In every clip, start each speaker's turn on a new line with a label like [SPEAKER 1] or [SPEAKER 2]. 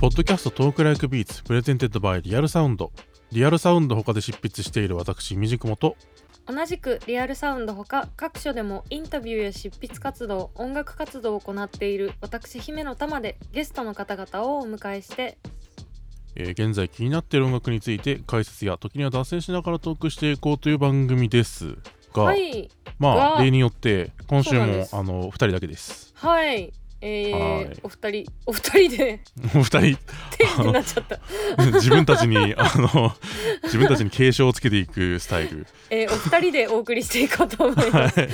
[SPEAKER 1] ドキャストトークライクビーツプレゼンテッドバイリアルサウンドリアルサウンド他で執筆している私みじくもと
[SPEAKER 2] 同じくリアルサウンドほか各所でもインタビューや執筆活動音楽活動を行っている私姫の玉でゲストの方々をお迎えして
[SPEAKER 1] えー現在気になっている音楽について解説や時には脱線しながらトークしていこうという番組ですが、
[SPEAKER 2] はい
[SPEAKER 1] まあ
[SPEAKER 2] が
[SPEAKER 1] 例によって今週
[SPEAKER 2] そうなんで
[SPEAKER 1] も
[SPEAKER 2] す
[SPEAKER 1] あの2人だけです
[SPEAKER 2] はいえー
[SPEAKER 1] はい
[SPEAKER 2] お二人お二人 で
[SPEAKER 1] お二人
[SPEAKER 2] 手になっちゃった、
[SPEAKER 1] 自分たちにあの自分たちに警鐘をつけていくスタイル
[SPEAKER 2] えーお二人でお送りしていこうと思いますはい、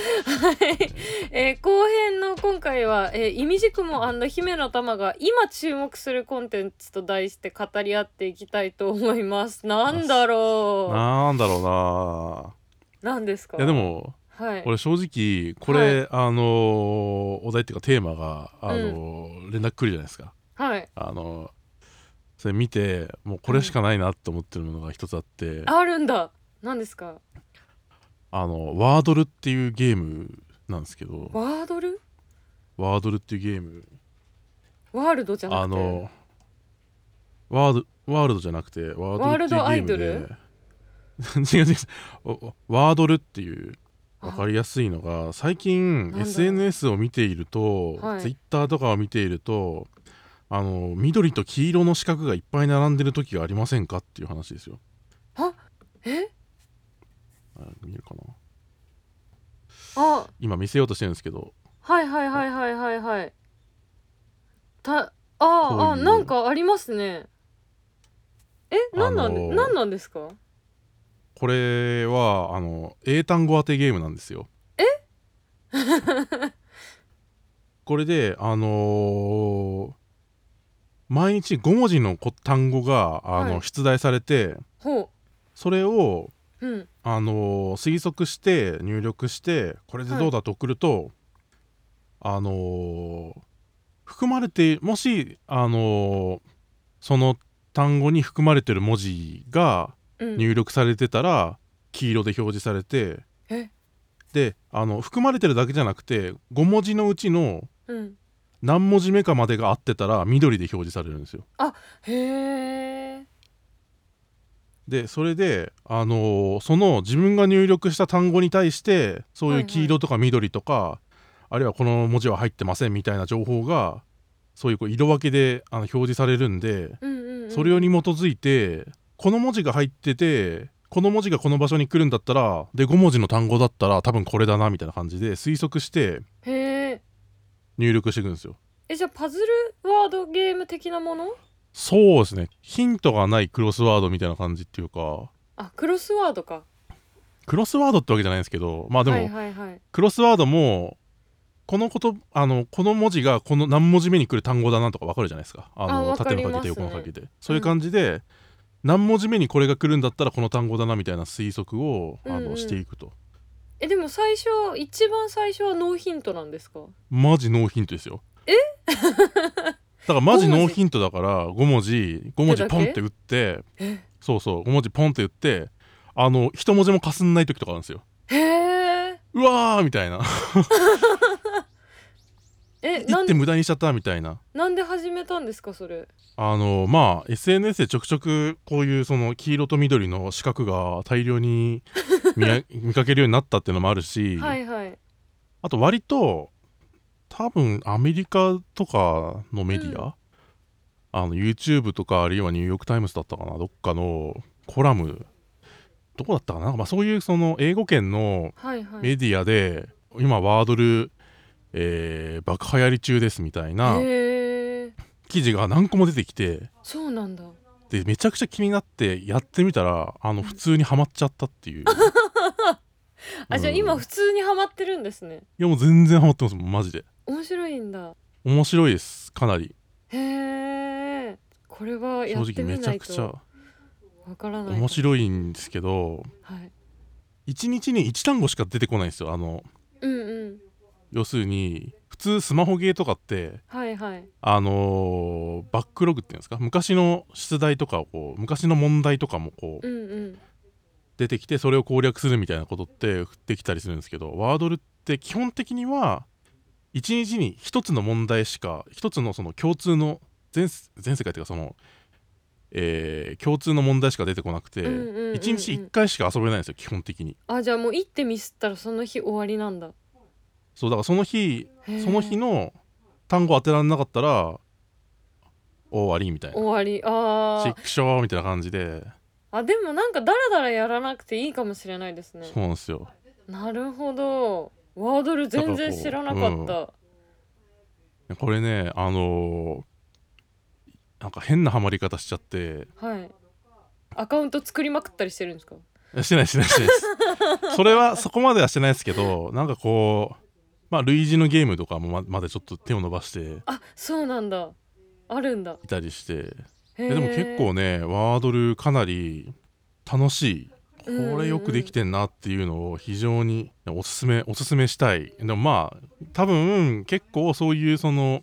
[SPEAKER 2] えー後編の今回は、えー、イミジクモ姫の玉が今注目するコンテンツと題して語り合っていきたいと思います。なんだろ
[SPEAKER 1] なんだろうな
[SPEAKER 2] う。なんですか。
[SPEAKER 1] いやでも
[SPEAKER 2] はい。
[SPEAKER 1] 俺正直これ、あのーお題っていうかテーマが、あのー連絡来るじゃないですか
[SPEAKER 2] はい。
[SPEAKER 1] あのーそれ見てもうこれしかないなって思ってるものが一つあって、
[SPEAKER 2] あるんだ。なんですか。
[SPEAKER 1] あのワードルっていうゲームなんですけど
[SPEAKER 2] ワードル？
[SPEAKER 1] ワードルっていうゲーム
[SPEAKER 2] ワールドじゃなくて。
[SPEAKER 1] あのワードワールドじゃなくてワードルって
[SPEAKER 2] ワール
[SPEAKER 1] い
[SPEAKER 2] ド
[SPEAKER 1] うゲ
[SPEAKER 2] ア
[SPEAKER 1] ー
[SPEAKER 2] イ
[SPEAKER 1] ムで 違う違うおワードルっていうわかりやすいのが最
[SPEAKER 2] なん
[SPEAKER 1] 近
[SPEAKER 2] だろう
[SPEAKER 1] SNS を見ていると、
[SPEAKER 2] はい
[SPEAKER 1] Twitter とかを見ているとあの緑と黄色の四角がいっぱい並んでる時がありませんかっていう話ですよ。
[SPEAKER 2] え？
[SPEAKER 1] あ見えるかな
[SPEAKER 2] あ、
[SPEAKER 1] 今見せようとしてるんですけど
[SPEAKER 2] はいはいはいはいはいはい。た、ああ
[SPEAKER 1] こうい
[SPEAKER 2] あ
[SPEAKER 1] う
[SPEAKER 2] なんかありますね。え、なんなん、
[SPEAKER 1] あのー
[SPEAKER 2] なんなんですか。
[SPEAKER 1] これはあの英単語当てゲームなんですよ。 これであのー毎日5文字のこ単語があの、
[SPEAKER 2] はい
[SPEAKER 1] 出題されて
[SPEAKER 2] ほ
[SPEAKER 1] それを
[SPEAKER 2] う。うん。
[SPEAKER 1] あのー推測して入力してこれでどうだと送ると、あのー含まれてもし、あのーその単語に含まれてる文字が
[SPEAKER 2] うん。
[SPEAKER 1] 入力されてたら黄色で表示されて
[SPEAKER 2] え
[SPEAKER 1] であの含まれてるだけじゃなくて5文字のうちの
[SPEAKER 2] うん。
[SPEAKER 1] 何文字目かまでが合ってたら緑で表示されるんですよ。
[SPEAKER 2] へえ。
[SPEAKER 1] でそれで、あのーその自分が入力した単語に対してそう
[SPEAKER 2] はい
[SPEAKER 1] い
[SPEAKER 2] は
[SPEAKER 1] う
[SPEAKER 2] い
[SPEAKER 1] 黄色とか緑とか、あるいはこの文字は入ってませんみたいな情報がそういうこう色分けであの表示されるんで、
[SPEAKER 2] うんうん、うん。
[SPEAKER 1] それに基づいてこの文字が入っててこの文字がこの場所に来るんだったらで5文字の単語だったら多分これだなみたいな感じで推測して
[SPEAKER 2] へえ。
[SPEAKER 1] 入力していくんですよ。
[SPEAKER 2] え、じゃあパズルワードゲーム的なもの？
[SPEAKER 1] そうですねヒントがないクロスワードみたいな感じっていうか
[SPEAKER 2] あ、クロスワードか。
[SPEAKER 1] クロスワードってわけじゃないんですけどまあでも、
[SPEAKER 2] はいはいはい。
[SPEAKER 1] クロスワードもこのことあのこの文字がこの何文字目に来る単語だなとかわかるじゃないですかあの
[SPEAKER 2] あわか
[SPEAKER 1] 縦
[SPEAKER 2] り
[SPEAKER 1] の
[SPEAKER 2] ます
[SPEAKER 1] か
[SPEAKER 2] ね
[SPEAKER 1] けて横のかけて、そういう感じで何文字目にこれが来るんだったらこの単語だなみたいな推測をあの、
[SPEAKER 2] うんうん
[SPEAKER 1] していくと
[SPEAKER 2] え、でも最初一番最初はノーヒントなんですか？
[SPEAKER 1] マジノーヒントですよえ だからマジノーヒントだから5文字5文字ポンって打って
[SPEAKER 2] え
[SPEAKER 1] そうそう5文字ポンって打ってあの一文字もかすんない時とかあるんですよ
[SPEAKER 2] へえ。
[SPEAKER 1] うわーみたいな
[SPEAKER 2] え、
[SPEAKER 1] 言
[SPEAKER 2] な
[SPEAKER 1] っ
[SPEAKER 2] ん
[SPEAKER 1] て無駄にしちゃったみたいな
[SPEAKER 2] なんで始めたんですかそれ？
[SPEAKER 1] あのまあ SNS でちょくちょくこういうその黄色と緑の四角が大量に見 や見かけるようになったっていうのもあるし、
[SPEAKER 2] はいはい。
[SPEAKER 1] あと割と多分アメリカとかのメディア、
[SPEAKER 2] う
[SPEAKER 1] あの YouTube とかあるいはニューヨーク・タイムズだったかなどっかのコラムどこだったかな、まあ、そういうその英語圏の
[SPEAKER 2] はいはい。
[SPEAKER 1] メディアで、今ワードル、えー爆流行り中ですみたいな
[SPEAKER 2] へえ。
[SPEAKER 1] 記事が何個も出てきて。
[SPEAKER 2] そうなんだ。
[SPEAKER 1] でめちゃくちゃ気になってやってみたらあの普通にはまっちゃったっていう
[SPEAKER 2] あ、じゃあ
[SPEAKER 1] うん
[SPEAKER 2] 今普通にハマってるんですね。
[SPEAKER 1] いやもう全然ハマってますもんマジで
[SPEAKER 2] 面白いんだ。
[SPEAKER 1] 面白いですかなり
[SPEAKER 2] へえ。これは
[SPEAKER 1] 正
[SPEAKER 2] やって
[SPEAKER 1] 直め
[SPEAKER 2] み
[SPEAKER 1] ち
[SPEAKER 2] な
[SPEAKER 1] ゃ
[SPEAKER 2] い
[SPEAKER 1] くちゃ
[SPEAKER 2] とわからない。
[SPEAKER 1] 面白いんですけど
[SPEAKER 2] はい。
[SPEAKER 1] 1日に1単語しか出てこないんですよあの
[SPEAKER 2] うんうん。
[SPEAKER 1] 要するに普通スマホゲーとかって
[SPEAKER 2] はいはい。
[SPEAKER 1] あのーバックログっていうんですか昔の出題とかをこう昔の問題とかもこう
[SPEAKER 2] うんうん。
[SPEAKER 1] 出てきてそれを攻略するみたいなことってできたりするんですけどワードルって基本的には1日に1つの問題しか1つのその共通の全世全世界っていうかその、えー共通の問題しか出てこなくて、一
[SPEAKER 2] うんうんうんうん
[SPEAKER 1] 1日1回しか遊べないんですよ基本的に
[SPEAKER 2] あじゃあもう行ってミスったらその日終わりなんだ
[SPEAKER 1] そうだからその日
[SPEAKER 2] へー
[SPEAKER 1] その日の単語当てられなかったら終わりみたいな
[SPEAKER 2] 終わりあ
[SPEAKER 1] ち
[SPEAKER 2] ー
[SPEAKER 1] っくしょーみたいな感じで
[SPEAKER 2] あでもなんかダラダラやらなくていいかもしれないですね
[SPEAKER 1] そうなんですよ
[SPEAKER 2] なるほどワードル全然知らなかった
[SPEAKER 1] これねあのーなんか変なハマり方しちゃって
[SPEAKER 2] はいアカウント作りまくったりしてるんですか
[SPEAKER 1] いや してないしてないしてないです それはそこまではしてないですけどなんかこうまあ類似のゲームとかもままでちょっと手を伸ばして
[SPEAKER 2] あそうなんだあるんだ
[SPEAKER 1] いたりして
[SPEAKER 2] へ
[SPEAKER 1] でで
[SPEAKER 2] ー
[SPEAKER 1] も結構ねワードルかなり楽しいこれよくできてんなっていうのを非常におすすめおすすめしたいでもまあ多分結構そういうその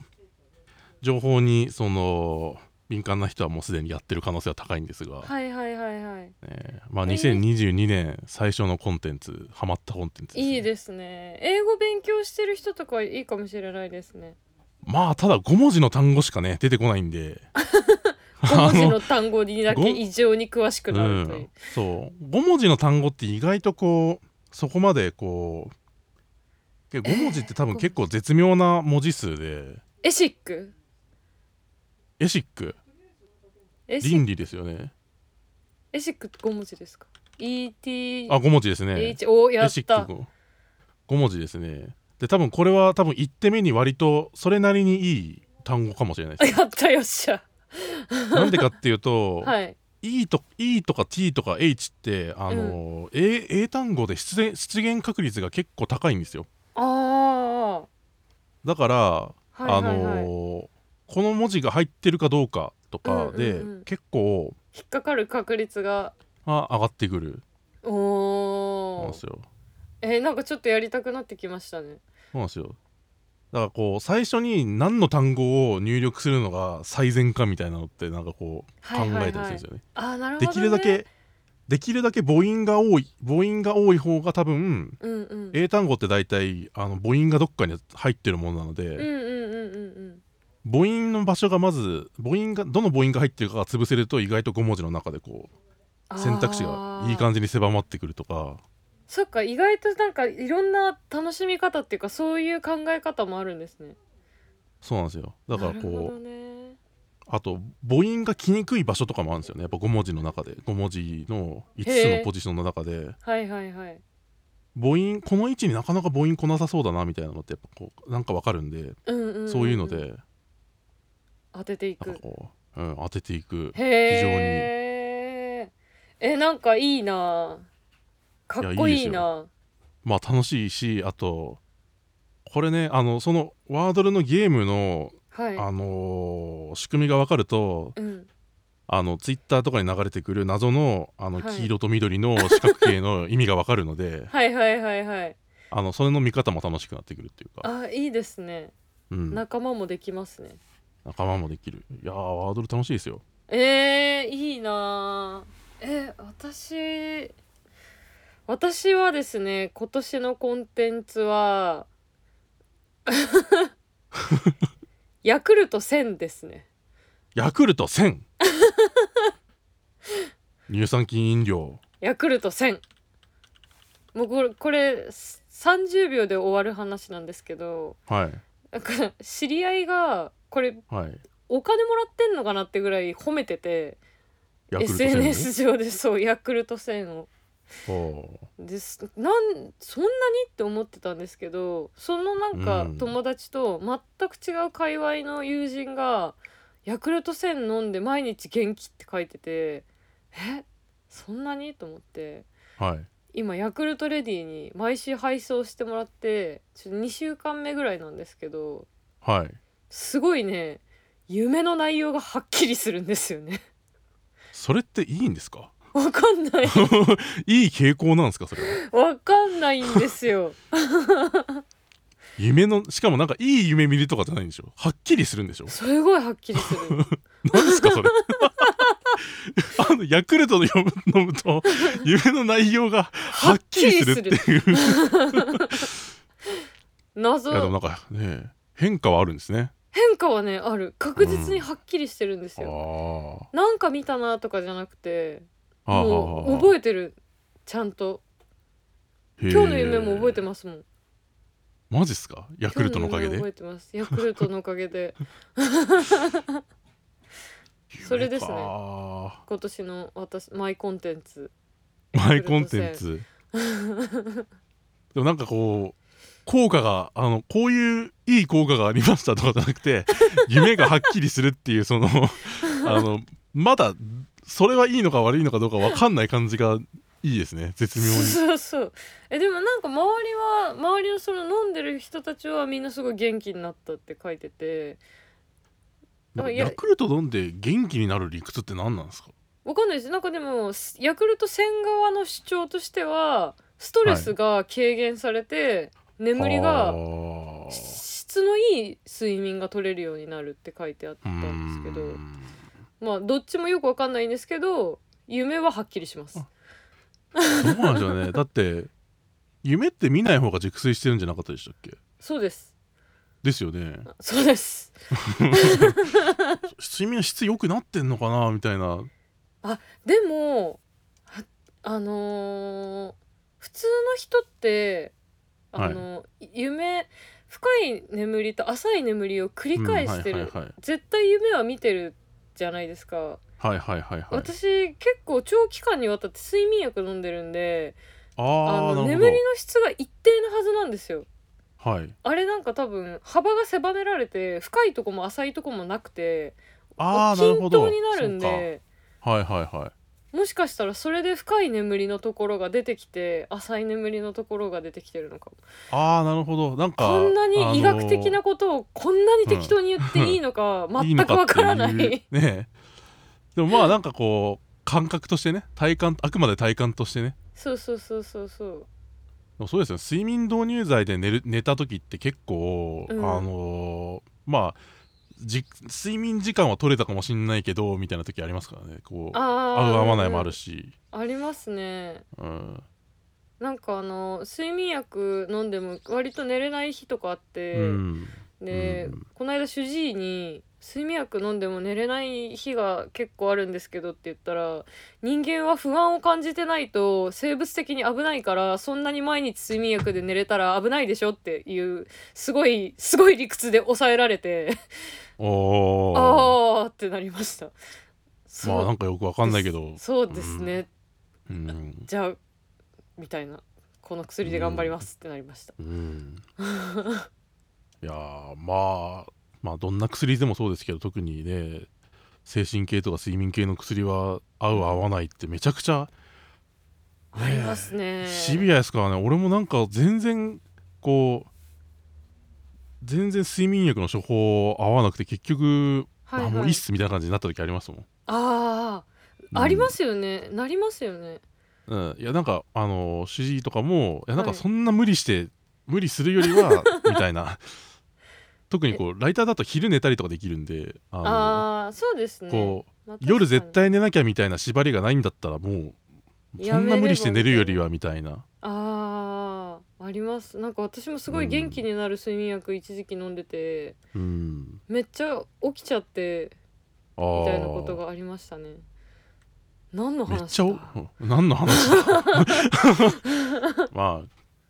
[SPEAKER 1] 情報にその敏感な人はもうすでにやってる可能性は高いんですが、
[SPEAKER 2] はいはいはいはい
[SPEAKER 1] ねまあ、
[SPEAKER 2] えー
[SPEAKER 1] 2022年最初のコンテンツハマったコンテンツですね
[SPEAKER 2] いいですね英語勉強してる人とかいいかもしれないですね
[SPEAKER 1] まあただ5文字の単語しかね出てこないん で
[SPEAKER 2] 5文字
[SPEAKER 1] あの
[SPEAKER 2] の単語にだけ異常に詳しく なるという、
[SPEAKER 1] そう5文字の単語って意外とこうそこまでこう5文字って多分結構絶妙な文字数で、
[SPEAKER 2] エシック
[SPEAKER 1] エシック
[SPEAKER 2] エシック
[SPEAKER 1] 倫理ですよね
[SPEAKER 2] エシックって5文字ですか
[SPEAKER 1] あ
[SPEAKER 2] ?ETH
[SPEAKER 1] 5文字ですね
[SPEAKER 2] おや
[SPEAKER 1] エ
[SPEAKER 2] っ
[SPEAKER 1] シッ
[SPEAKER 2] た
[SPEAKER 1] ク5文字ですねで多分これは多分1手目に割とそれなりにいい単語かもしれない です
[SPEAKER 2] やったよっしゃ
[SPEAKER 1] なんでかっていうと、
[SPEAKER 2] はい
[SPEAKER 1] E と E とか T とか H ってあの、英英単語で出現出現確率が結構高いんですよ
[SPEAKER 2] ああ
[SPEAKER 1] だから、
[SPEAKER 2] はいはいはい、
[SPEAKER 1] あのーこの文字が入ってるかどうかとかで、
[SPEAKER 2] うんうんうん
[SPEAKER 1] 結構、
[SPEAKER 2] 引っかかる確率が
[SPEAKER 1] まあ、上がってくる
[SPEAKER 2] お
[SPEAKER 1] そうなん
[SPEAKER 2] お
[SPEAKER 1] ですよ
[SPEAKER 2] えーなんかちょっとやりたくなってきましたね
[SPEAKER 1] そうなんですよだからこう最初に何の単語を入力するのが最善かみたいなのってなんかこう考
[SPEAKER 2] はいはいはい
[SPEAKER 1] えたりするんですよね。
[SPEAKER 2] あーなるほど、
[SPEAKER 1] で
[SPEAKER 2] ね、
[SPEAKER 1] きるだけできるだけ母音が多い母音が多い方が多分
[SPEAKER 2] うんうん
[SPEAKER 1] 英単語って大体あの母音がどっかに入ってるものなので、
[SPEAKER 2] うんうんうんうんうん
[SPEAKER 1] 母音の場所がまず母音がどの母音が入ってるかが潰せると意外と5文字の中でこ
[SPEAKER 2] あ
[SPEAKER 1] う
[SPEAKER 2] ー
[SPEAKER 1] 選択肢がいい感じに狭まってくるとか
[SPEAKER 2] そっか意外となんかいろんな楽しみ方っていうかそういう考え方もあるんですね
[SPEAKER 1] そうなんですよだから
[SPEAKER 2] なるほ
[SPEAKER 1] こ
[SPEAKER 2] ど
[SPEAKER 1] う
[SPEAKER 2] ね
[SPEAKER 1] あと母音が来にくい場所とかもあるんですよねやっぱ5文字の中で5文字の5つのポジションの中で
[SPEAKER 2] はいはいはい
[SPEAKER 1] 母音この位置になかなか母音来なさそうだなみたいなのってやっぱこうなんかわかるんで
[SPEAKER 2] うんうんんん
[SPEAKER 1] そういうので
[SPEAKER 2] 当ててい
[SPEAKER 1] なん
[SPEAKER 2] く
[SPEAKER 1] かこう、うん、当てていく
[SPEAKER 2] へええなんかいいなかっこいい
[SPEAKER 1] いやいいです
[SPEAKER 2] な
[SPEAKER 1] まあ楽しいしあとこれねあのそのワードルのゲームの
[SPEAKER 2] は
[SPEAKER 1] あのー仕組みが分かると
[SPEAKER 2] いうん
[SPEAKER 1] あのツイッターとかに流れてくる謎のあの、
[SPEAKER 2] はい
[SPEAKER 1] 黄色と緑の四角形 の意味が分かるので
[SPEAKER 2] はいはいはいはい
[SPEAKER 1] あのそれの見方も楽しくなってくるっていうか、
[SPEAKER 2] あいいですね
[SPEAKER 1] うん、
[SPEAKER 2] 仲間もできますね
[SPEAKER 1] 仲間もできるいやーワードル楽しいですよ
[SPEAKER 2] えー、いいなーえ私私はですね今年のコンテンツ はヤクルト1000ですね
[SPEAKER 1] ヤクルト1000 乳酸菌飲料
[SPEAKER 2] ヤクルト1000もうこれこれ30秒で終わる話なんですけど
[SPEAKER 1] はい
[SPEAKER 2] なんか知り合いがこれ
[SPEAKER 1] はい
[SPEAKER 2] お金もらってんのかなってぐらい褒めてて
[SPEAKER 1] ヤクルト1000
[SPEAKER 2] SNS 上でそうヤクルト1000を。
[SPEAKER 1] ほ
[SPEAKER 2] ですなんそんなにって思ってたんですけどそのなんか
[SPEAKER 1] うん
[SPEAKER 2] 友達と全く違う界隈の友人が「ヤクルト1000飲んで毎日元気」って書いててえそんなにと思って
[SPEAKER 1] うはい
[SPEAKER 2] 今ヤクルトレディに毎週配送してもらってちょっと2週間目ぐらいなんですけど
[SPEAKER 1] はい
[SPEAKER 2] すごいね夢の内容がはっきりするんですよね。
[SPEAKER 1] それっていいんですか
[SPEAKER 2] わかんない
[SPEAKER 1] いい傾向なんですかそれは
[SPEAKER 2] わかんないんで すよ。
[SPEAKER 1] 夢のしかもなんかいい夢見るとかじゃないんでしょはっきりするんでしょ
[SPEAKER 2] すごいはっきりする。
[SPEAKER 1] 何ですかそれ あのヤクルトの読む飲むと夢の内容がはっきりするっていうい
[SPEAKER 2] 謎
[SPEAKER 1] やでもなんかね変化はあるんですね
[SPEAKER 2] 変化はねある確実にはっきりしてるんです
[SPEAKER 1] あ
[SPEAKER 2] よ、
[SPEAKER 1] ー
[SPEAKER 2] なんか見たなとかじゃなくて
[SPEAKER 1] あー
[SPEAKER 2] もう覚えてるちゃんと今日の夢も覚えて
[SPEAKER 1] ま
[SPEAKER 2] ますもん
[SPEAKER 1] マジっすかヤクルトのおかげ
[SPEAKER 2] 今
[SPEAKER 1] で
[SPEAKER 2] 日夢覚えてますヤクルトのおか げでそれですね
[SPEAKER 1] 夢か
[SPEAKER 2] 今年の私マイコンテンツ
[SPEAKER 1] マイコンテンツでもなんかこう効果があのこういういい効果がありましたとかじゃなく て夢がはっきりするっていうそのあのまだそれはいいのか悪いのかどうかわかんない感じがいいですね絶妙に
[SPEAKER 2] そうそうえでもなんか周りは周りのその飲んでる人たちはみんなすごい元気になったって書いてて
[SPEAKER 1] なんか
[SPEAKER 2] いや
[SPEAKER 1] ヤクルト飲んで元気になる理屈って何なんですか
[SPEAKER 2] わかんないですなんかでもすヤクルト1000側の主張としてはストレスが軽減されて、眠り
[SPEAKER 1] あ
[SPEAKER 2] が
[SPEAKER 1] ー
[SPEAKER 2] 質のいい睡眠が取れるようになるって書いてあったんですけ
[SPEAKER 1] う
[SPEAKER 2] ど
[SPEAKER 1] ーん
[SPEAKER 2] まあどっちもよくわかんないんですけど夢ははっきりします
[SPEAKER 1] あそうなんですよねだって夢って見ない方が熟睡してるんじゃなかったでしたっけ
[SPEAKER 2] そうです
[SPEAKER 1] ですよね
[SPEAKER 2] あそうです
[SPEAKER 1] 睡眠の質良くなってんのかなみたいな
[SPEAKER 2] でもああのー普通の人ってあの、夢深い眠りと浅い眠りを繰り返してる、
[SPEAKER 1] うんはい
[SPEAKER 2] 絶対夢は見てるじゃないですか、
[SPEAKER 1] はいはいはいはいはいはい
[SPEAKER 2] 私結構長期間にわたって睡眠薬飲んでるんであ
[SPEAKER 1] ああ
[SPEAKER 2] の
[SPEAKER 1] なる
[SPEAKER 2] 眠
[SPEAKER 1] ほ
[SPEAKER 2] りの質が一定なはずなんですよ
[SPEAKER 1] どはい
[SPEAKER 2] あれなんか多分幅が狭められて深いとこも浅いとこもなくて
[SPEAKER 1] ああなる
[SPEAKER 2] 均
[SPEAKER 1] ほど
[SPEAKER 2] 等になるんで。
[SPEAKER 1] そうかはいはいはい
[SPEAKER 2] もしかしたらそれで深い眠りのところが出てきて浅い眠りのところが出てきてるのかも
[SPEAKER 1] ああなるほどなんか
[SPEAKER 2] こんなに医学的
[SPEAKER 1] あ
[SPEAKER 2] なことをこんなに適当に言っていいのか
[SPEAKER 1] のー
[SPEAKER 2] 全くわからない
[SPEAKER 1] いのかっていうねでもまあなんかこう感覚としてね体感あくまで体感としてね
[SPEAKER 2] そうそうそうそうそう
[SPEAKER 1] でもそうですよね睡眠導入剤で寝る寝た時って結構、
[SPEAKER 2] うん
[SPEAKER 1] あのーまあじ睡眠時間は取れたかもしれないけどみたいな時ありますからねこう合う
[SPEAKER 2] ああ
[SPEAKER 1] 合わないもあるし、
[SPEAKER 2] ありますね
[SPEAKER 1] うん
[SPEAKER 2] なんかあの睡眠薬飲んでも割と寝れない日とかあって、
[SPEAKER 1] うん
[SPEAKER 2] で、
[SPEAKER 1] うん
[SPEAKER 2] この間主治医に「睡眠薬飲んでも寝れない日が結構あるんですけど」って言ったら「人間は不安を感じてないと生物的に危ないからそんなに毎日睡眠薬で寝れたら危ないでしょ」っていうすごいすごい理屈で抑えら れて
[SPEAKER 1] おー
[SPEAKER 2] あーってなりました。そう
[SPEAKER 1] まあなんかよくわかんないけど
[SPEAKER 2] ですそうですね、
[SPEAKER 1] うん、
[SPEAKER 2] じゃあみたいなこの薬で頑張りますってなりました。
[SPEAKER 1] うん、いやーまあまあどんな薬でもそうですけど特にね精神系とか睡眠系の薬は合う合わないってめちゃくちゃ
[SPEAKER 2] ありますね。
[SPEAKER 1] シビアですからね俺もなんか全然こう全然睡眠薬の処方合わなくて結局、
[SPEAKER 2] はい
[SPEAKER 1] あも
[SPEAKER 2] は
[SPEAKER 1] ういい
[SPEAKER 2] い
[SPEAKER 1] っ、すみたいな感じになった時ありますもん、
[SPEAKER 2] ああ
[SPEAKER 1] うん
[SPEAKER 2] ありますよね、なりますよね
[SPEAKER 1] うん、いやなんかあの主治医とかもいやなんか
[SPEAKER 2] はい
[SPEAKER 1] そんな無理して、無理するよりはみたい な特にこうライターだと昼寝たりとかできるんであの
[SPEAKER 2] ああーそうですね、
[SPEAKER 1] こう
[SPEAKER 2] まあ
[SPEAKER 1] 夜
[SPEAKER 2] 確
[SPEAKER 1] 絶
[SPEAKER 2] かに
[SPEAKER 1] 対寝なきゃみたいな縛りがないんだったらもう
[SPEAKER 2] や
[SPEAKER 1] そん
[SPEAKER 2] めれば
[SPEAKER 1] な無理して寝るよりはみたいな
[SPEAKER 2] ああありますなんか私もすごい元気になる睡眠薬一時期飲んでて、
[SPEAKER 1] うん
[SPEAKER 2] めっちゃ起きちゃって
[SPEAKER 1] あ
[SPEAKER 2] み
[SPEAKER 1] ー
[SPEAKER 2] たいなことがありましたね何の
[SPEAKER 1] めっ
[SPEAKER 2] 話
[SPEAKER 1] ちゃ
[SPEAKER 2] だ
[SPEAKER 1] お何の話 だ ま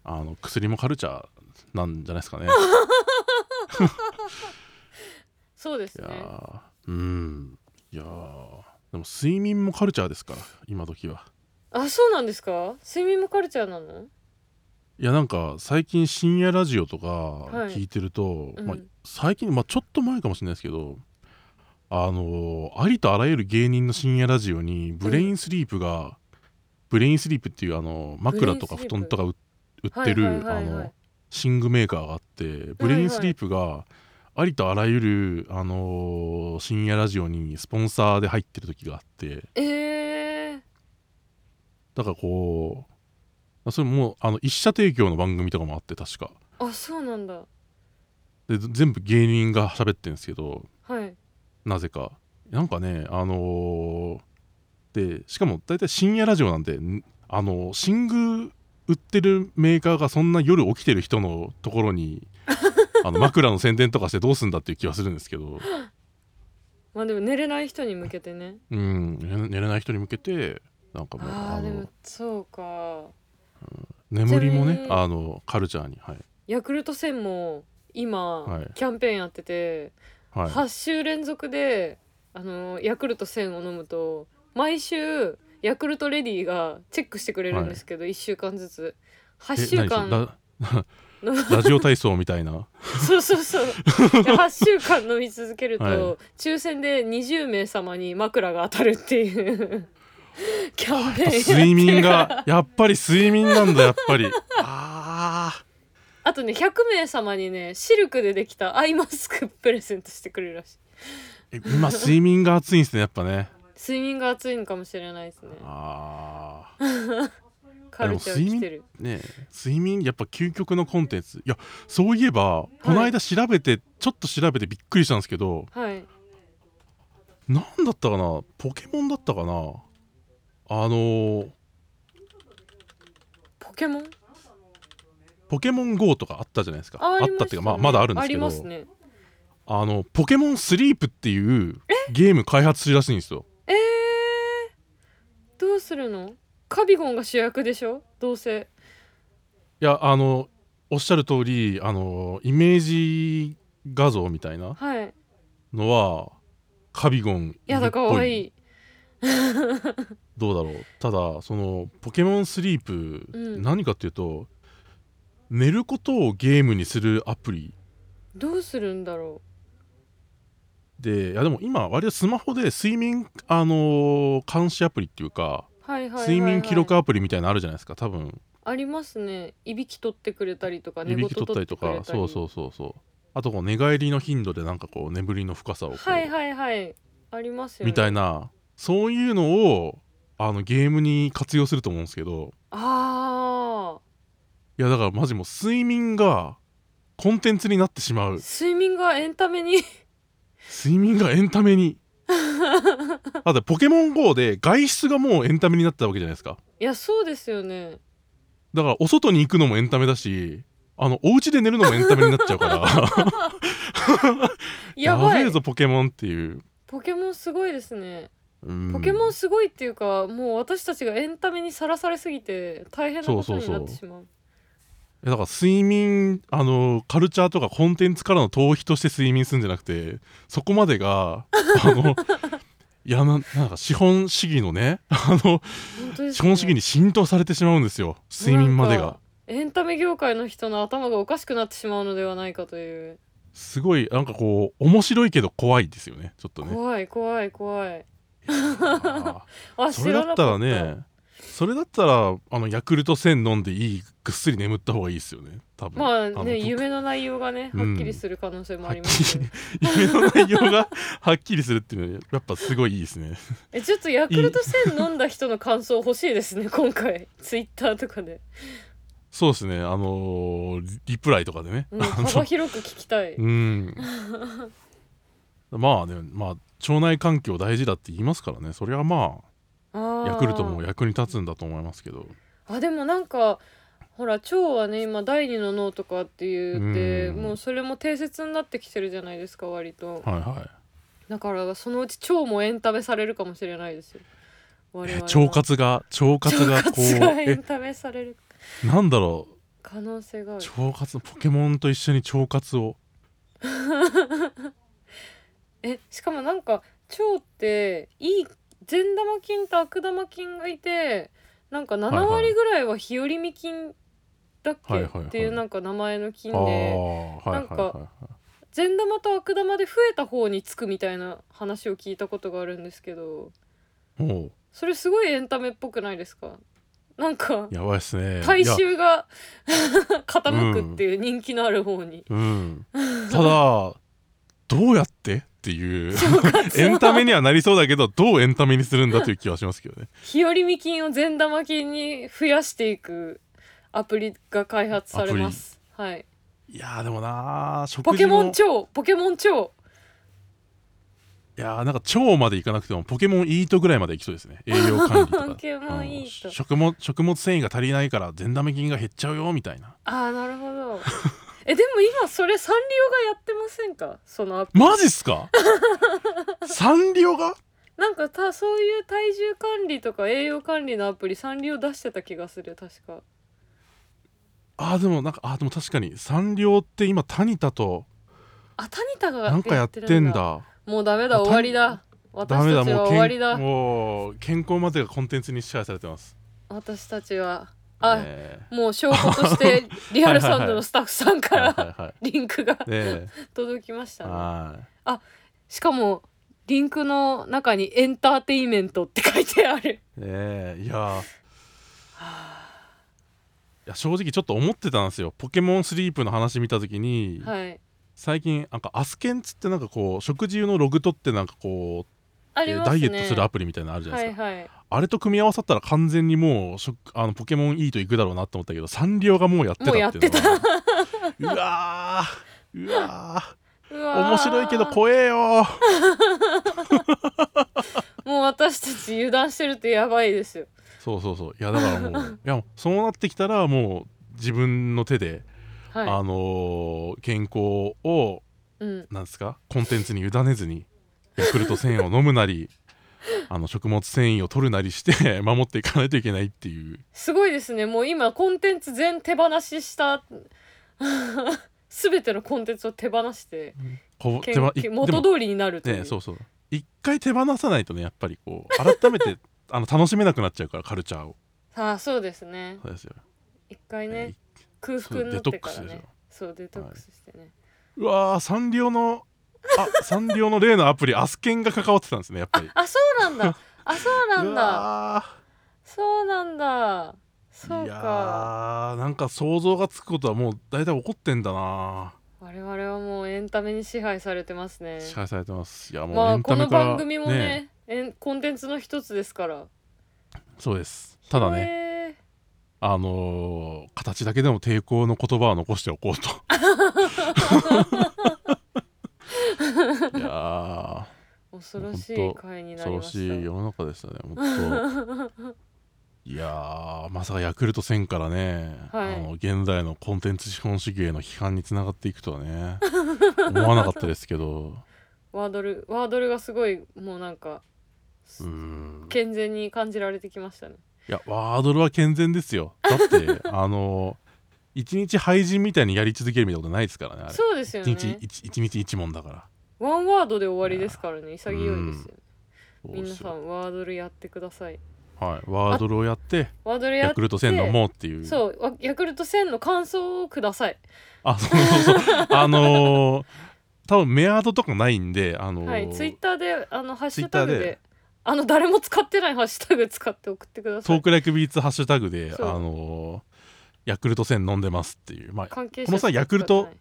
[SPEAKER 1] ああの薬もカルチャーなんじゃないですかね
[SPEAKER 2] そうです
[SPEAKER 1] い
[SPEAKER 2] ね
[SPEAKER 1] やーうんいやーでも睡眠もカルチャーですから今時は
[SPEAKER 2] あそうなんですか睡眠もカルチャーなの
[SPEAKER 1] いやなんか最近深夜ラジオとか
[SPEAKER 2] い
[SPEAKER 1] 聞いてると、
[SPEAKER 2] うん
[SPEAKER 1] まあ、最近、まあ、ちょっと前かもしれないですけどあのーありとあらゆる芸人の深夜ラジオにブレインスリープが、ブレインスリープっていうあの枕とか
[SPEAKER 2] ブレイ
[SPEAKER 1] 布団
[SPEAKER 2] ンスリープ
[SPEAKER 1] とか売売っ
[SPEAKER 2] は
[SPEAKER 1] て
[SPEAKER 2] い
[SPEAKER 1] る、
[SPEAKER 2] はいはい
[SPEAKER 1] あ
[SPEAKER 2] は
[SPEAKER 1] の
[SPEAKER 2] い
[SPEAKER 1] 寝具メーカーがあってブレインスリープがありとあらゆる、あのー深夜ラジオにスポンサーで入ってる時があって
[SPEAKER 2] えー、
[SPEAKER 1] だからこうそれもあの一社提供の番組とかもあって確か
[SPEAKER 2] あそうなんだ
[SPEAKER 1] で全部芸人が喋ってるんですけど
[SPEAKER 2] はい
[SPEAKER 1] なぜかなんかねあのーでしかも大体深夜ラジオなんでんあのー寝具売ってるメーカーがそんな夜起きてる人のところにあの枕の宣伝とかしてどうすんだっていう気はするんですけど、
[SPEAKER 2] まあでも寝れない人に向けてね
[SPEAKER 1] うん、寝れ寝れない人に向けてなんかもう
[SPEAKER 2] あ
[SPEAKER 1] あ
[SPEAKER 2] ーで
[SPEAKER 1] の
[SPEAKER 2] もそうか
[SPEAKER 1] 眠りも
[SPEAKER 2] ちなみ
[SPEAKER 1] ね
[SPEAKER 2] に
[SPEAKER 1] あのカルチャーにはい、
[SPEAKER 2] ヤクルト1000も今、
[SPEAKER 1] はい
[SPEAKER 2] キャンペーンやってて、
[SPEAKER 1] はい、
[SPEAKER 2] 8週連続であのヤクルト1000を飲むと毎週ヤクルトレディがチェックしてくれるんですけど、1週間ずつ8
[SPEAKER 1] え
[SPEAKER 2] 週間
[SPEAKER 1] 何
[SPEAKER 2] 飲む
[SPEAKER 1] ララジオ体操みたいな
[SPEAKER 2] そうそうそう8週間飲み続けると、
[SPEAKER 1] は
[SPEAKER 2] 抽選で20名様に枕が当たるっていう キャンペーンやってる
[SPEAKER 1] 睡眠がやっぱり睡眠なんだやっぱ りあー
[SPEAKER 2] あとね100名様にねシルクでできたアイマスクプレゼントしてくれるらしい
[SPEAKER 1] え今睡眠が熱いんですねやっぱね
[SPEAKER 2] 睡眠が熱いのかもしれないですね
[SPEAKER 1] あー
[SPEAKER 2] カルチャー来てる
[SPEAKER 1] ねえ睡眠やっぱ究極のコンテンツいやそういえばこの間調べて、ちょっと調べてびっくりしたんですけど
[SPEAKER 2] はい
[SPEAKER 1] 何だったかなポケモンだったかなあのー
[SPEAKER 2] ポケモン
[SPEAKER 1] ポケモン GO とかあったじゃないですか
[SPEAKER 2] あ
[SPEAKER 1] あ
[SPEAKER 2] りま
[SPEAKER 1] っ
[SPEAKER 2] した
[SPEAKER 1] っていうか、まあ、まだあるんですけど
[SPEAKER 2] ありますね
[SPEAKER 1] あのポケモンスリープっていうゲーム開発するらしいんですよ
[SPEAKER 2] えー、どうするのカビゴンが主役でしょどうせ
[SPEAKER 1] いやあのおっしゃる通りあのイメージ画像みたいな
[SPEAKER 2] はいい
[SPEAKER 1] のはカビゴン犬
[SPEAKER 2] や
[SPEAKER 1] っ
[SPEAKER 2] だか
[SPEAKER 1] ぽ
[SPEAKER 2] わいい
[SPEAKER 1] どうだろうただそのポケモンスリープ、
[SPEAKER 2] うん
[SPEAKER 1] 何かっていうと寝ることをゲームにするアプリ
[SPEAKER 2] どうするんだろ
[SPEAKER 1] でいやでも今割とスマホで睡眠あのー監視アプリっていうか
[SPEAKER 2] うはいはいはい、はい、
[SPEAKER 1] 睡眠記録アプリみたいなのあるじゃないですか多分
[SPEAKER 2] ありますねいびき取ってくれたりとか
[SPEAKER 1] い
[SPEAKER 2] 寝
[SPEAKER 1] び
[SPEAKER 2] 言
[SPEAKER 1] き取ったりと
[SPEAKER 2] 取
[SPEAKER 1] か
[SPEAKER 2] ってくれ
[SPEAKER 1] そうそうそうそうあとこう寝返りの頻度でなんかこう眠りの深さをこう
[SPEAKER 2] はいはいはいありますよね
[SPEAKER 1] みたいなそういうのをあのゲームに活用すると思うんですけど
[SPEAKER 2] あ
[SPEAKER 1] いやだからマジもう睡眠がコンテンツになってしまう
[SPEAKER 2] ー睡眠がエンタメに
[SPEAKER 1] 睡眠がエンタメにあとポケモン GO で外出がもうエンタメになったわけじゃないですか
[SPEAKER 2] いやそうですよね
[SPEAKER 1] だからお外に行くのもエンタメだしあのお家で寝るのもエンタメになっちゃうから
[SPEAKER 2] やばい
[SPEAKER 1] べえぞポケモンっていう、
[SPEAKER 2] ポケモンすごいですね
[SPEAKER 1] うん
[SPEAKER 2] ポケモンすごいっていうか、もう私たちがエンタメにさらされすぎて大変なことになってしまう
[SPEAKER 1] いやだから睡眠あのカルチャーとかコンテンツからの逃避として睡眠するんじゃなくてそこまで があのいやななんか資本主義のねあの
[SPEAKER 2] 本当で
[SPEAKER 1] 資
[SPEAKER 2] すね
[SPEAKER 1] 本主義に浸透されてしまうんですよ睡眠まで
[SPEAKER 2] なん
[SPEAKER 1] が
[SPEAKER 2] か。エンタメ業界の人の頭がおかしくなってしまうのではないかという
[SPEAKER 1] すごいなんかこう面白いけど怖いですよねちょっとね。
[SPEAKER 2] 怖い怖い怖い
[SPEAKER 1] あー
[SPEAKER 2] あ
[SPEAKER 1] そ
[SPEAKER 2] 知
[SPEAKER 1] れだ
[SPEAKER 2] らなか
[SPEAKER 1] っ
[SPEAKER 2] ったた
[SPEAKER 1] らねそれだったらあのヤクルト1000飲んでいいぐっすり眠った方がいいですよね多分。
[SPEAKER 2] まあ
[SPEAKER 1] の
[SPEAKER 2] ね夢の内容がね
[SPEAKER 1] うん
[SPEAKER 2] はっきりする可能性も
[SPEAKER 1] は
[SPEAKER 2] あ
[SPEAKER 1] っ
[SPEAKER 2] ります
[SPEAKER 1] き
[SPEAKER 2] ね、
[SPEAKER 1] り 夢の内容がはっきりするっていうのはやっぱすごいいいですね。
[SPEAKER 2] えちょっとヤクルト1000飲んだ人の感想欲しいですね今回ツイッターとかで、
[SPEAKER 1] そうですね、あのーリリプライとかでね。
[SPEAKER 2] うん、
[SPEAKER 1] あの
[SPEAKER 2] 幅広く聞きたい、
[SPEAKER 1] うん。まあね、まあ、腸内環境大事だって言いますからね、それはま
[SPEAKER 2] あ
[SPEAKER 1] あ、
[SPEAKER 2] ー
[SPEAKER 1] ヤクルトも役に立つんだと思いますけど。
[SPEAKER 2] あでもなんかほら腸はね今第二の脳とかって言って
[SPEAKER 1] うん
[SPEAKER 2] もうそれも定説になってきてるじゃないですか割と
[SPEAKER 1] はいはい。
[SPEAKER 2] だからそのうち腸もエンタメされるかもしれないですよ我
[SPEAKER 1] え
[SPEAKER 2] 々は
[SPEAKER 1] 腸活が、腸活が
[SPEAKER 2] 腸
[SPEAKER 1] こう、
[SPEAKER 2] 活がエ
[SPEAKER 1] え
[SPEAKER 2] ン、タメされる
[SPEAKER 1] なんだろう、
[SPEAKER 2] 可能性がある
[SPEAKER 1] 腸活、ポケモンと一緒に腸活を。
[SPEAKER 2] えしかもなんか腸っていい善玉菌と悪玉菌がいてなんか
[SPEAKER 1] は
[SPEAKER 2] 7
[SPEAKER 1] い
[SPEAKER 2] 割ぐらいは日和見菌だっけ、
[SPEAKER 1] はいはいはい
[SPEAKER 2] っていうなんか名前の菌
[SPEAKER 1] あ
[SPEAKER 2] で。
[SPEAKER 1] あ、はいはい
[SPEAKER 2] なん
[SPEAKER 1] は
[SPEAKER 2] か善玉と悪玉で増えた方につくみたいな話を聞いたことがあるんですけど
[SPEAKER 1] いはい。もう、
[SPEAKER 2] それすごいエンタメっぽくないですかなんか
[SPEAKER 1] やばいですね。
[SPEAKER 2] 大
[SPEAKER 1] いや
[SPEAKER 2] 衆が 傾くっていう人気のある方に、
[SPEAKER 1] うん。ただ、どうやってっていう。
[SPEAKER 2] 腸活
[SPEAKER 1] エン
[SPEAKER 2] の
[SPEAKER 1] タメにはなりそうだけどどうエンタメにするんだという気はしますけどね。
[SPEAKER 2] 日和見菌を善玉菌に増やしていくアプリが開発されますはい
[SPEAKER 1] いやーでもなー食事も
[SPEAKER 2] ポケモン腸ポケモン腸
[SPEAKER 1] いやーなんか腸までいかなくてもポケモンイートぐらいまでいきそうですね栄養管理とか
[SPEAKER 2] ポケモンイート
[SPEAKER 1] うん食物食物繊維が足りないから善玉菌が減っちゃうよみたいな
[SPEAKER 2] ああなるほどええでも今それサンリオがやってませんかそのアプリ
[SPEAKER 1] マジっす かサンリオが
[SPEAKER 2] なんかたそういう体重管理とか栄養管理のアプリサンリオ出してた気がする確か
[SPEAKER 1] あーでもなんかあーでも確かにサンリオって今タニタと
[SPEAKER 2] あタニタが
[SPEAKER 1] なんかやってんだ
[SPEAKER 2] もうダメだ
[SPEAKER 1] あ
[SPEAKER 2] 終わりだ
[SPEAKER 1] ダメ
[SPEAKER 2] 私
[SPEAKER 1] だ
[SPEAKER 2] たち
[SPEAKER 1] も
[SPEAKER 2] は
[SPEAKER 1] う
[SPEAKER 2] 終わりだ
[SPEAKER 1] 健もう健康までがコンテンツに支配されてます
[SPEAKER 2] 私たちはあ、
[SPEAKER 1] ねえ
[SPEAKER 2] もう証拠として リアルサウンドのスタッフさんか
[SPEAKER 1] はい
[SPEAKER 2] ら
[SPEAKER 1] はいはい
[SPEAKER 2] リンクが
[SPEAKER 1] ね
[SPEAKER 2] 届きまし
[SPEAKER 1] え
[SPEAKER 2] たね
[SPEAKER 1] は
[SPEAKER 2] しかもリンクの中に「エンターテイメント」って書いてある
[SPEAKER 1] いねえいやーいや正直ちょっと思ってたんですよポケモンスリープの話見た時に、
[SPEAKER 2] はい
[SPEAKER 1] 最近なんかアスケンつってなんかこう食事用のログ取ってなんかこう、
[SPEAKER 2] あります
[SPEAKER 1] ダ
[SPEAKER 2] ね
[SPEAKER 1] イエットするアプリみたいなのあるじゃないですか、
[SPEAKER 2] はいはい
[SPEAKER 1] あれと組み合わさったら完全にもう食あのポケモンいいといくだろうなと思ったけどサンリオがもうやってたっていうのは
[SPEAKER 2] もうやって
[SPEAKER 1] うわーうわ
[SPEAKER 2] う
[SPEAKER 1] ー
[SPEAKER 2] わー
[SPEAKER 1] 面白いけど怖えよ
[SPEAKER 2] もう私たち油断してるとやばいですよ
[SPEAKER 1] そうそうそういやだからもういやそうなってきたらもう自分の手で、
[SPEAKER 2] は
[SPEAKER 1] あのー健康を
[SPEAKER 2] い、うん、
[SPEAKER 1] なんですかコンテンツに委ねずにヤクルト1000を飲むなりあの食物繊維を取るなりして守っていかないといけないっていう
[SPEAKER 2] すごいですねもう今コンテンツ全手放しした 全てのコンテンツを手放して
[SPEAKER 1] こう
[SPEAKER 2] け
[SPEAKER 1] 手
[SPEAKER 2] ん
[SPEAKER 1] 間い
[SPEAKER 2] け
[SPEAKER 1] で
[SPEAKER 2] ん
[SPEAKER 1] も
[SPEAKER 2] 元通りになるという、
[SPEAKER 1] ねそうそう一回手放さないとねやっぱりこう改めてあの楽しめなくなっちゃうからカルチャーを
[SPEAKER 2] ああそうですね
[SPEAKER 1] そうですよ、
[SPEAKER 2] 一回ね
[SPEAKER 1] ね
[SPEAKER 2] 空腹になってから
[SPEAKER 1] そうデトックスです
[SPEAKER 2] ね
[SPEAKER 1] よ
[SPEAKER 2] そうデトックスしてね、
[SPEAKER 1] うわーサンリオのあサンリオの例のアプリアスケンが関わってたんですねやっぱり
[SPEAKER 2] あそうなんだあそうなん
[SPEAKER 1] う
[SPEAKER 2] だ
[SPEAKER 1] わ
[SPEAKER 2] そうなんだそ
[SPEAKER 1] ー
[SPEAKER 2] う
[SPEAKER 1] いや
[SPEAKER 2] か
[SPEAKER 1] ーなんか想像がつくことはもう大体起こってんだな
[SPEAKER 2] 我々はもうエンタメに支配されてますね
[SPEAKER 1] 支配されてますいやもう
[SPEAKER 2] ま
[SPEAKER 1] エ
[SPEAKER 2] あ
[SPEAKER 1] ン
[SPEAKER 2] こ
[SPEAKER 1] タメ
[SPEAKER 2] の
[SPEAKER 1] から
[SPEAKER 2] 番組もねエンコンテンツの一つですから
[SPEAKER 1] そうですただね
[SPEAKER 2] ね
[SPEAKER 1] あのー形だけでも抵抗の言葉は残してお こうといやー
[SPEAKER 2] 恐ろし
[SPEAKER 1] ほん
[SPEAKER 2] い
[SPEAKER 1] と
[SPEAKER 2] 回になり
[SPEAKER 1] 恐
[SPEAKER 2] ま
[SPEAKER 1] ろ
[SPEAKER 2] した
[SPEAKER 1] しい世の中で したね本当いやーまさかヤクルト1000からね、
[SPEAKER 2] はい
[SPEAKER 1] あの現代のコンテンツ資本主義への批判につながっていくとはね思わなかったですけ ど
[SPEAKER 2] ワードルワードルがすごいもうなんか
[SPEAKER 1] うーん
[SPEAKER 2] 健全に感じられてきましたね
[SPEAKER 1] いやワードルは健全ですよだって あの一日廃人みたいにやり続けるみたいなことないですからねあれ
[SPEAKER 2] そうですよ
[SPEAKER 1] 一日
[SPEAKER 2] ね
[SPEAKER 1] 一一日一問だから
[SPEAKER 2] ワンワードで終わりですからね潔いですよ
[SPEAKER 1] そうで
[SPEAKER 2] 皆
[SPEAKER 1] す
[SPEAKER 2] さ
[SPEAKER 1] よ
[SPEAKER 2] んワードルやってください
[SPEAKER 1] はいワードルをやって
[SPEAKER 2] ワードルやって
[SPEAKER 1] ヤクルト1000飲もうっていう
[SPEAKER 2] そうわヤクルト1000の感想をください
[SPEAKER 1] あそうそう そうあのー多分メアドとかないんであのー
[SPEAKER 2] はいツイッターであのハッシュタグで
[SPEAKER 1] Twitter で
[SPEAKER 2] あの誰も使ってないハッシュタグ使って送ってくださ
[SPEAKER 1] トー
[SPEAKER 2] い
[SPEAKER 1] クライクビーツハッシュタグで、あ
[SPEAKER 2] そう
[SPEAKER 1] のーヤクルト1000飲んでますっていう、まあ、
[SPEAKER 2] 関係者
[SPEAKER 1] この際
[SPEAKER 2] しか
[SPEAKER 1] ヤクルト
[SPEAKER 2] 使って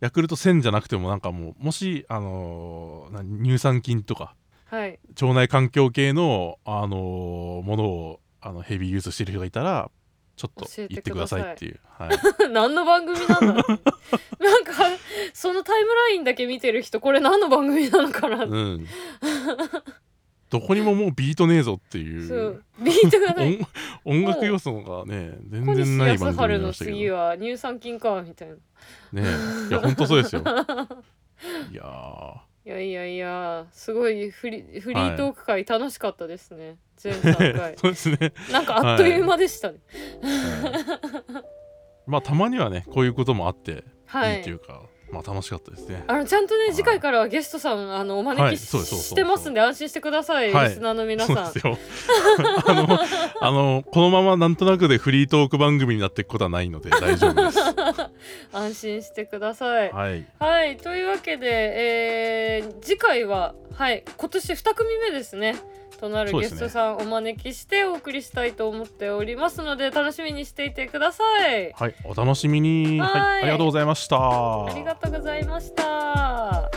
[SPEAKER 1] ヤクルト1000じゃなくてもなんかもうもし、あのーな乳酸菌とか
[SPEAKER 2] ないはい
[SPEAKER 1] 腸内環境系の、あのーものをあのヘビーユースしてる人がいたらちょっと
[SPEAKER 2] 教えて
[SPEAKER 1] 言ってください
[SPEAKER 2] ください
[SPEAKER 1] っていう、はい、
[SPEAKER 2] 何の番組な んだろうなんかそのタイムラインだけ見てる人これ何の番組なのかな、
[SPEAKER 1] うん、どこにももうビートねえぞっていう
[SPEAKER 2] そうビートがない
[SPEAKER 1] 音 音楽要素がね全
[SPEAKER 2] 小西
[SPEAKER 1] 然ない番
[SPEAKER 2] 康
[SPEAKER 1] 組
[SPEAKER 2] 春
[SPEAKER 1] になり
[SPEAKER 2] の
[SPEAKER 1] ましたけど
[SPEAKER 2] 次は乳酸菌かみたいな
[SPEAKER 1] ねえいや本当そう ですよいやー
[SPEAKER 2] いやいやいやすごいフリフリートーク会楽しかったですね、全3回
[SPEAKER 1] そうですね、
[SPEAKER 2] なんかあっという間でしたね
[SPEAKER 1] まあたまにはねこういうこともあってい
[SPEAKER 2] はい
[SPEAKER 1] いというか、まあ楽しかったですね
[SPEAKER 2] あのちゃんと
[SPEAKER 1] は
[SPEAKER 2] ね
[SPEAKER 1] い
[SPEAKER 2] 次回からはゲストさんあのお
[SPEAKER 1] は
[SPEAKER 2] 招
[SPEAKER 1] い
[SPEAKER 2] き
[SPEAKER 1] そうですそうです
[SPEAKER 2] してますんで安心してください
[SPEAKER 1] はい
[SPEAKER 2] リスナーの皆
[SPEAKER 1] そ
[SPEAKER 2] さ
[SPEAKER 1] うです
[SPEAKER 2] ん
[SPEAKER 1] よ あのあのこのままなんとなくでフリートーク番組になっていくことはないので大丈夫です
[SPEAKER 2] 安心してください。
[SPEAKER 1] はい
[SPEAKER 2] はいというわけで、えー次回ははい今年2組目ですねとなる
[SPEAKER 1] そうで
[SPEAKER 2] ゲ
[SPEAKER 1] す
[SPEAKER 2] ス
[SPEAKER 1] ね
[SPEAKER 2] トさんお招きしてお送りしたいと思っておりますので楽しみにしていてください。
[SPEAKER 1] はいお楽しみに
[SPEAKER 2] はい
[SPEAKER 1] はいありがとうございました
[SPEAKER 2] ありがとうございました。